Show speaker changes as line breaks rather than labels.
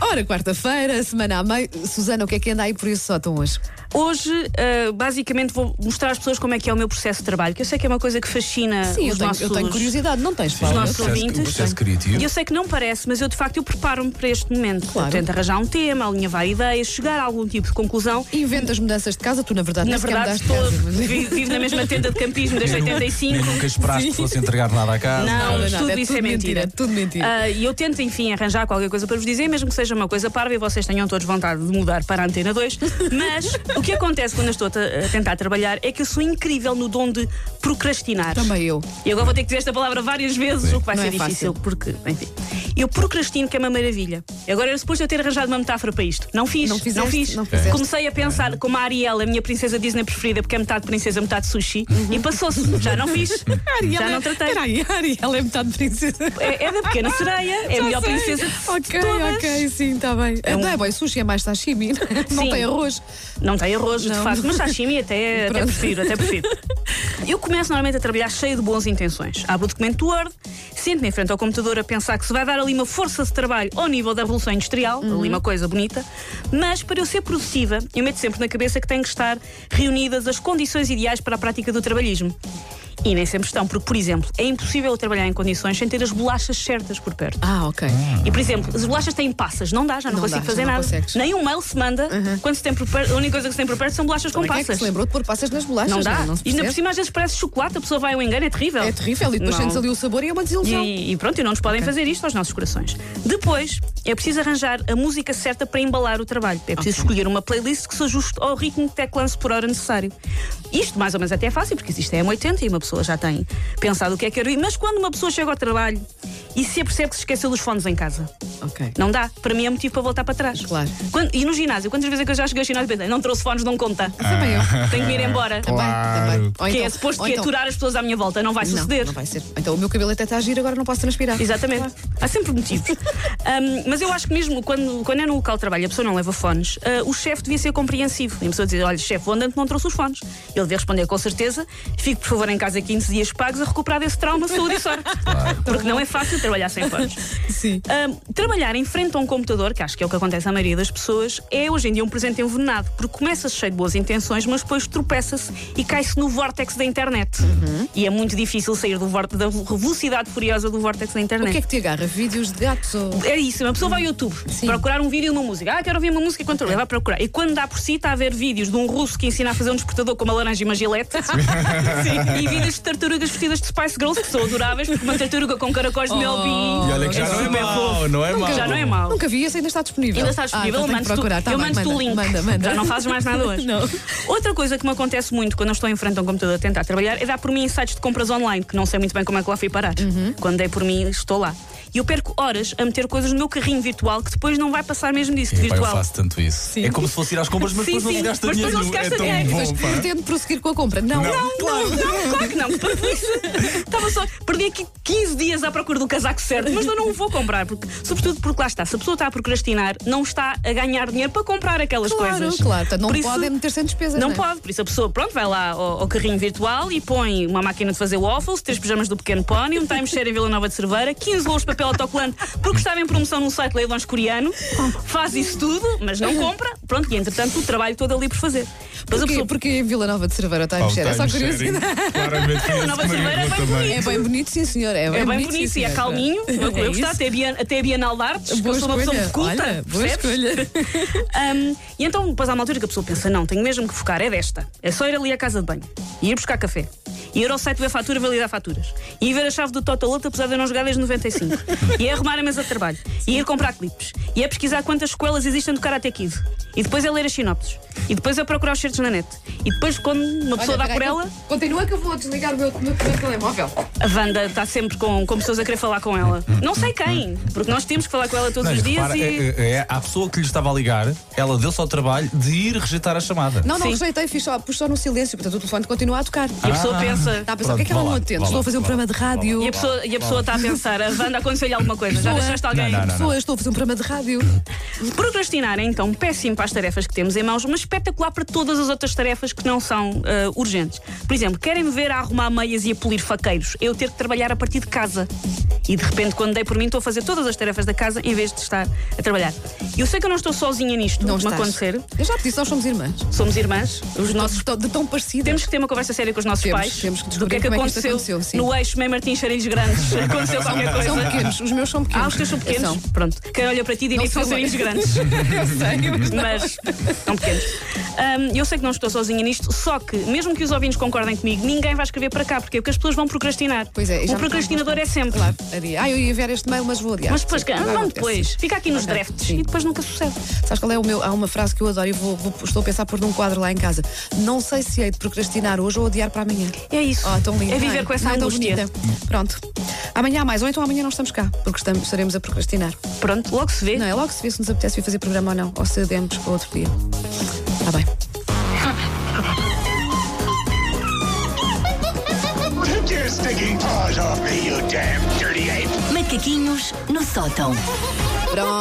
Ora, quarta-feira, semana a meio. Susana, o que é que anda aí por isso sótão hoje?
Hoje, ah, basicamente, vou mostrar às pessoas como é que é o meu processo de trabalho, que eu sei que é uma coisa que fascina
Sim, eu
os
tenho,
nossos,
eu tenho curiosidade, não tens,
os
Paulo?
nossos
O processo-
ouvintes.
o processo criativo.
E eu sei que não parece, mas eu de facto eu preparo-me para este momento.
Claro.
Eu tento arranjar um tema, alinhavar ideias, chegar a algum tipo de conclusão.
Inventas mudanças de casa, tu na verdade
Na
nem sequer
verdade,
mudaste
estou,
de casa, mas-
vi- vivo na mesma tenda de campismo desde
Nem nu-
85.
Nem nunca esperaste que fosse entregar nada à casa.
Não,
Nada, nada,
tudo
é
isso
tudo
é mentira.
mentira, tudo mentira.
Ah, E eu tento, enfim, arranjar qualquer coisa para vos dizer, mesmo que seja uma coisa parva e vocês tenham todos vontade de mudar para a Antena 2. Mas o que acontece quando eu estou a ta- a tentar trabalhar é que eu sou incrível no dom de procrastinar.
Também eu.
E agora vou ter que dizer esta palavra várias vezes, o que vai
Não
ser
é fácil.
difícil, porque, enfim. Eu procrastino, que é uma maravilha. Agora era suposto eu ter arranjado uma metáfora para isto. Não fiz,
Não
não,
fizeste,
fiz.
não fizeste. É.
Comecei a pensar como a Ariel, a minha princesa Disney preferida, porque é metade princesa, metade sushi,
Uhum.
e passou-se. Já não fiz. Já
é-
não tratei.
Peraí, a Ariel é metade princesa.
É, é da pequena sereia, é a
Já
melhor
sei.
princesa de
Ok,
todas.
ok, sim, está bem.
um-
Não é bem sushi, é mais sashimi. Não
Sim.
tem arroz.
Não tem arroz,
Não.
de facto, mas sashimi até, até
Pronto.
prefiro, até prefiro. Eu começo normalmente a trabalhar cheio de boas intenções. Abro o documento Word, sento-me em frente ao computador a pensar que se vai dar ali uma força de trabalho ao nível da Revolução Industrial,
Uhum.
ali uma coisa bonita, mas para eu ser produtiva, eu meto sempre na cabeça que têm que estar reunidas as condições ideais para a prática do trabalhismo. E nem sempre estão, porque, por exemplo, é impossível eu trabalhar em condições sem ter as bolachas certas por perto.
Ah, ok.
E, por exemplo, as bolachas têm passas, não dá, já não,
Não
consigo
dá,
fazer
já não
nada.
consegues.
Nem um mail se manda quando se tem por perto. A única coisa que se tem por perto são bolachas com
Quem é que
passas.
se lembrou de pôr passas nas bolachas?
não dá.
Não se
e ainda por
percebe.
cima às vezes parece chocolate, a pessoa vai ao engano, é terrível.
É terrível e depois
Não.
sentes ali o sabor e é uma desilusão.
E, e pronto, e não nos podem fazer isto aos nossos corações. Depois, é preciso arranjar a música certa para embalar o trabalho. É preciso escolher uma playlist que se ajuste ao ritmo de teclance por hora necessário. Isto, mais ou menos, até é fácil, porque existe a M80 e uma pessoa já tem pensado o que é que quer ouvir. Mas quando uma pessoa chega ao trabalho e se apercebe que se esqueceu dos fones em casa,
Ok.
não dá. Para mim é motivo para voltar para trás.
Claro.
Quando- e no ginásio, quantas vezes é que eu já cheguei ao ginásio e pensei, não trouxe fones, não conta.
Também eu.
Tenho que me ir embora.
Também, também. Ou
Que
então-
é suposto
ou
que
então-
aturar as pessoas à minha volta. Não vai suceder.
Não, não vai ser. Então o meu cabelo até está a giro, agora não posso transpirar.
Exatamente. Há sempre motivos. Ahm, mas eu acho que mesmo quando, quando é no local de trabalho e a pessoa não leva fones, ah, o chefe devia ser compreensivo. E a pessoa dizer, olha, chefe, o andante não trouxe os fones. Ele devia responder com certeza, fique por favor em casa 15 dias pagos a recuperar desse trauma, saúde e sorte. Porque não é fácil trabalhar sem fones.
Sim.
Ahm, trabalhar em frente a um computador, que acho que é o que acontece à maioria das pessoas, é hoje em dia um presente envenenado, porque começa-se cheio de boas intenções, mas depois tropeça-se e cai-se no vórtex da internet. E é muito difícil sair do vórtex, da velocidade furiosa do vórtex da
O
internet.
que é que te agarra? Vídeos de gatos ou.
É isso, uma pessoa vai ao YouTube procurar um vídeo de uma música. Ah, quero ouvir uma música enquanto vai procurar. E quando dá por si, está a ver vídeos de um russo que ensina a fazer um despertador com uma laranja e uma gilete. Sim. E vídeos de tartarugas vestidas de Spice Girls, que são adoráveis, porque uma tartaruga com caracóis de mel bean.
E olha que já
é
não é
super
mau, não é mau.
Já não é mau.
Nunca vi, esse ainda está disponível.
Ainda está disponível,
ah, então tenho
eu
que procurar.
mando-te
Tá
eu
bem,
mando-te o
manda,
link.
Manda, manda.
Já não fazes mais nada hoje.
Não.
Outra coisa que me acontece muito quando eu estou em frente a um computador a tentar trabalhar é dar por mim em sites de compras online, que não sei muito bem como é que lá fui parar.
Uhum.
Quando dei por mim, estou lá. E eu perco horas a meter coisas no meu carrinho virtual que depois não vai passar mesmo disso, de
Epá, eu
virtual.
faço tanto isso.
Sim.
É como se fosse ir às compras, mas
Sim,
depois não
sim,
se gasta
mas depois
dinheiro.
não se gasta
é tão
dinheiro.
bom,
Mas
pá.
pretendo prosseguir com a compra. Não, não.
Não, não, claro que não, que parvoíce. Estava só. Perdi aqui 15 dias à procura do casaco certo, mas eu não o vou comprar, porque, sobretudo porque lá está. Se a pessoa está a procrastinar, não está a ganhar dinheiro para comprar aquelas
Claro,
coisas.
claro. Portanto, não
Por isso,
pode é meter-se em despesas.
Não
é?
pode, por isso a pessoa, pronto, vai lá ao, ao carrinho virtual e põe uma máquina de fazer waffles, três pijamas do Pequeno Pony, um timeshare em Vila Nova de Cerveira, 15 rolos de papel autocolante, porque estava em promoção num site de leilões coreano, faz isso tudo, mas não compra, pronto, e entretanto o trabalho todo ali por fazer. Mas a
Porquê?
pessoa,
Porque em Vila Nova de Cerveira está a
Pá, o
mexer. É só
time
curiosidade.
sharing, Claramente, foi
Nova
esse que me
Cerveira é
ligou
bem
também.
É bem bonito, sim, senhor. É bem,
É bem
bonito,
bonito
sim,
e é
senhor.
calminho. Eu,
É
eu gostava,
isso.
até a, Bian, até a Bienal de Artes, que eu
Boa
sou uma pessoa
escolha.
muito culta.
Olha, boa
percebes?
escolha.
Ahm, e então, depois há uma altura que a pessoa pensa: não, tenho mesmo que focar, é desta. É só ir ali à casa de banho, e ir buscar café, e ir ao site ver fatura, validar faturas, e ir ver a chave do Total Out, apesar de eu não jogar desde 95, e é arrumar a mesa de trabalho, e ir comprar clipes, e é pesquisar quantas escolas existem do Karate Kid, e depois é ler as sinopses, e depois é procurar os certos na net, e depois, quando uma pessoa dá
peraí,
por ela.
Continua que eu vou desligar o meu, meu, meu telemóvel.
A Wanda está sempre com, com pessoas a querer falar com ela. Não sei quem, porque nós temos que falar com ela todos
Não,
os dias
repara,
e.
é, é, é, a pessoa que lhe estava a ligar, ela deu-se ao trabalho de ir rejeitar a chamada.
Não, não
Sim.
rejeitei, fiz só, pus só no silêncio, portanto o telefone continua a tocar.
E a pessoa
Ah.
pensa, pensa.
Está a pensar, o que é que ela não
Pronto, vá lá,
atende?
vá
Estou
lá,
a fazer um
vá
programa
lá,
de
vá lá.
rádio.
E a pessoa, e a pessoa está a pensar, a Wanda aconteceu-lhe alguma coisa, já deixaste alguém.
é, Não, não,
Pessoa, estou a fazer um programa de rádio.
Procrastinar é então péssimo para as tarefas que temos em mãos, mas espetacular para todas as outras tarefas que não são ah, urgentes. Por exemplo, querem me ver a arrumar meias e a polir faqueiros? Eu ter que trabalhar a partir de casa. E de repente, quando dei por mim, estou a fazer todas as tarefas da casa em vez de estar a trabalhar. Eu sei que eu não estou sozinha nisto,
Não
me
estás.
acontecer.
Eu já te disse, nós somos irmãs.
Somos irmãs, os nossos
Nós de tão parecidas.
Temos que ter uma conversa séria com os nossos
Temos,
pais.
temos que
do
descobrir
que é que
como é que isto
aconteceu,
aconteceu, sim.
no eixo Mãe Martins Cheirinhos Grandes. Aconteceu qualquer coisa.
São pequenos, os meus são pequenos.
Ah, os teus são pequenos?
São.
Pronto. Quem olha para ti diria
Não
que são
sei.
Cheirinhos Grandes.
Eu sei, mas não.
Mas são pequenos. Hum, eu sei que não estou sozinha nisto, só que, mesmo que os ouvintes concordem comigo, ninguém vai escrever para cá, porque é o que as pessoas vão procrastinar.
Pois é, e já
o
me
procrastinador é sempre.
Claro, adia. Ah, eu ia ver este mail, mas vou adiar.
Mas depois,
Sim,
não,
não
depois.
acontece.
Fica aqui nos
Ok,
drafts
sim.
e depois nunca sucede.
Sabes qual é o meu? Há uma frase que eu adoro e vou, vou- estou a pensar por num quadro lá em casa. Não sei se hei de procrastinar hoje ou adiar para amanhã.
É isso.
Oh, tão lindo.
É viver
Ai,
com essa
não é tão
angústia.
bonita. Pronto. Amanhã há mais, ou então amanhã não estamos cá, porque estamos, estaremos a procrastinar.
Pronto, logo se vê.
Não é logo se vê se nos apetece vir fazer programa ou não, ou se demos para outro dia. Está bem.
Take your stinking paws off me, you damn dirty ape!
Macaquinhos no sótão.
Pronto.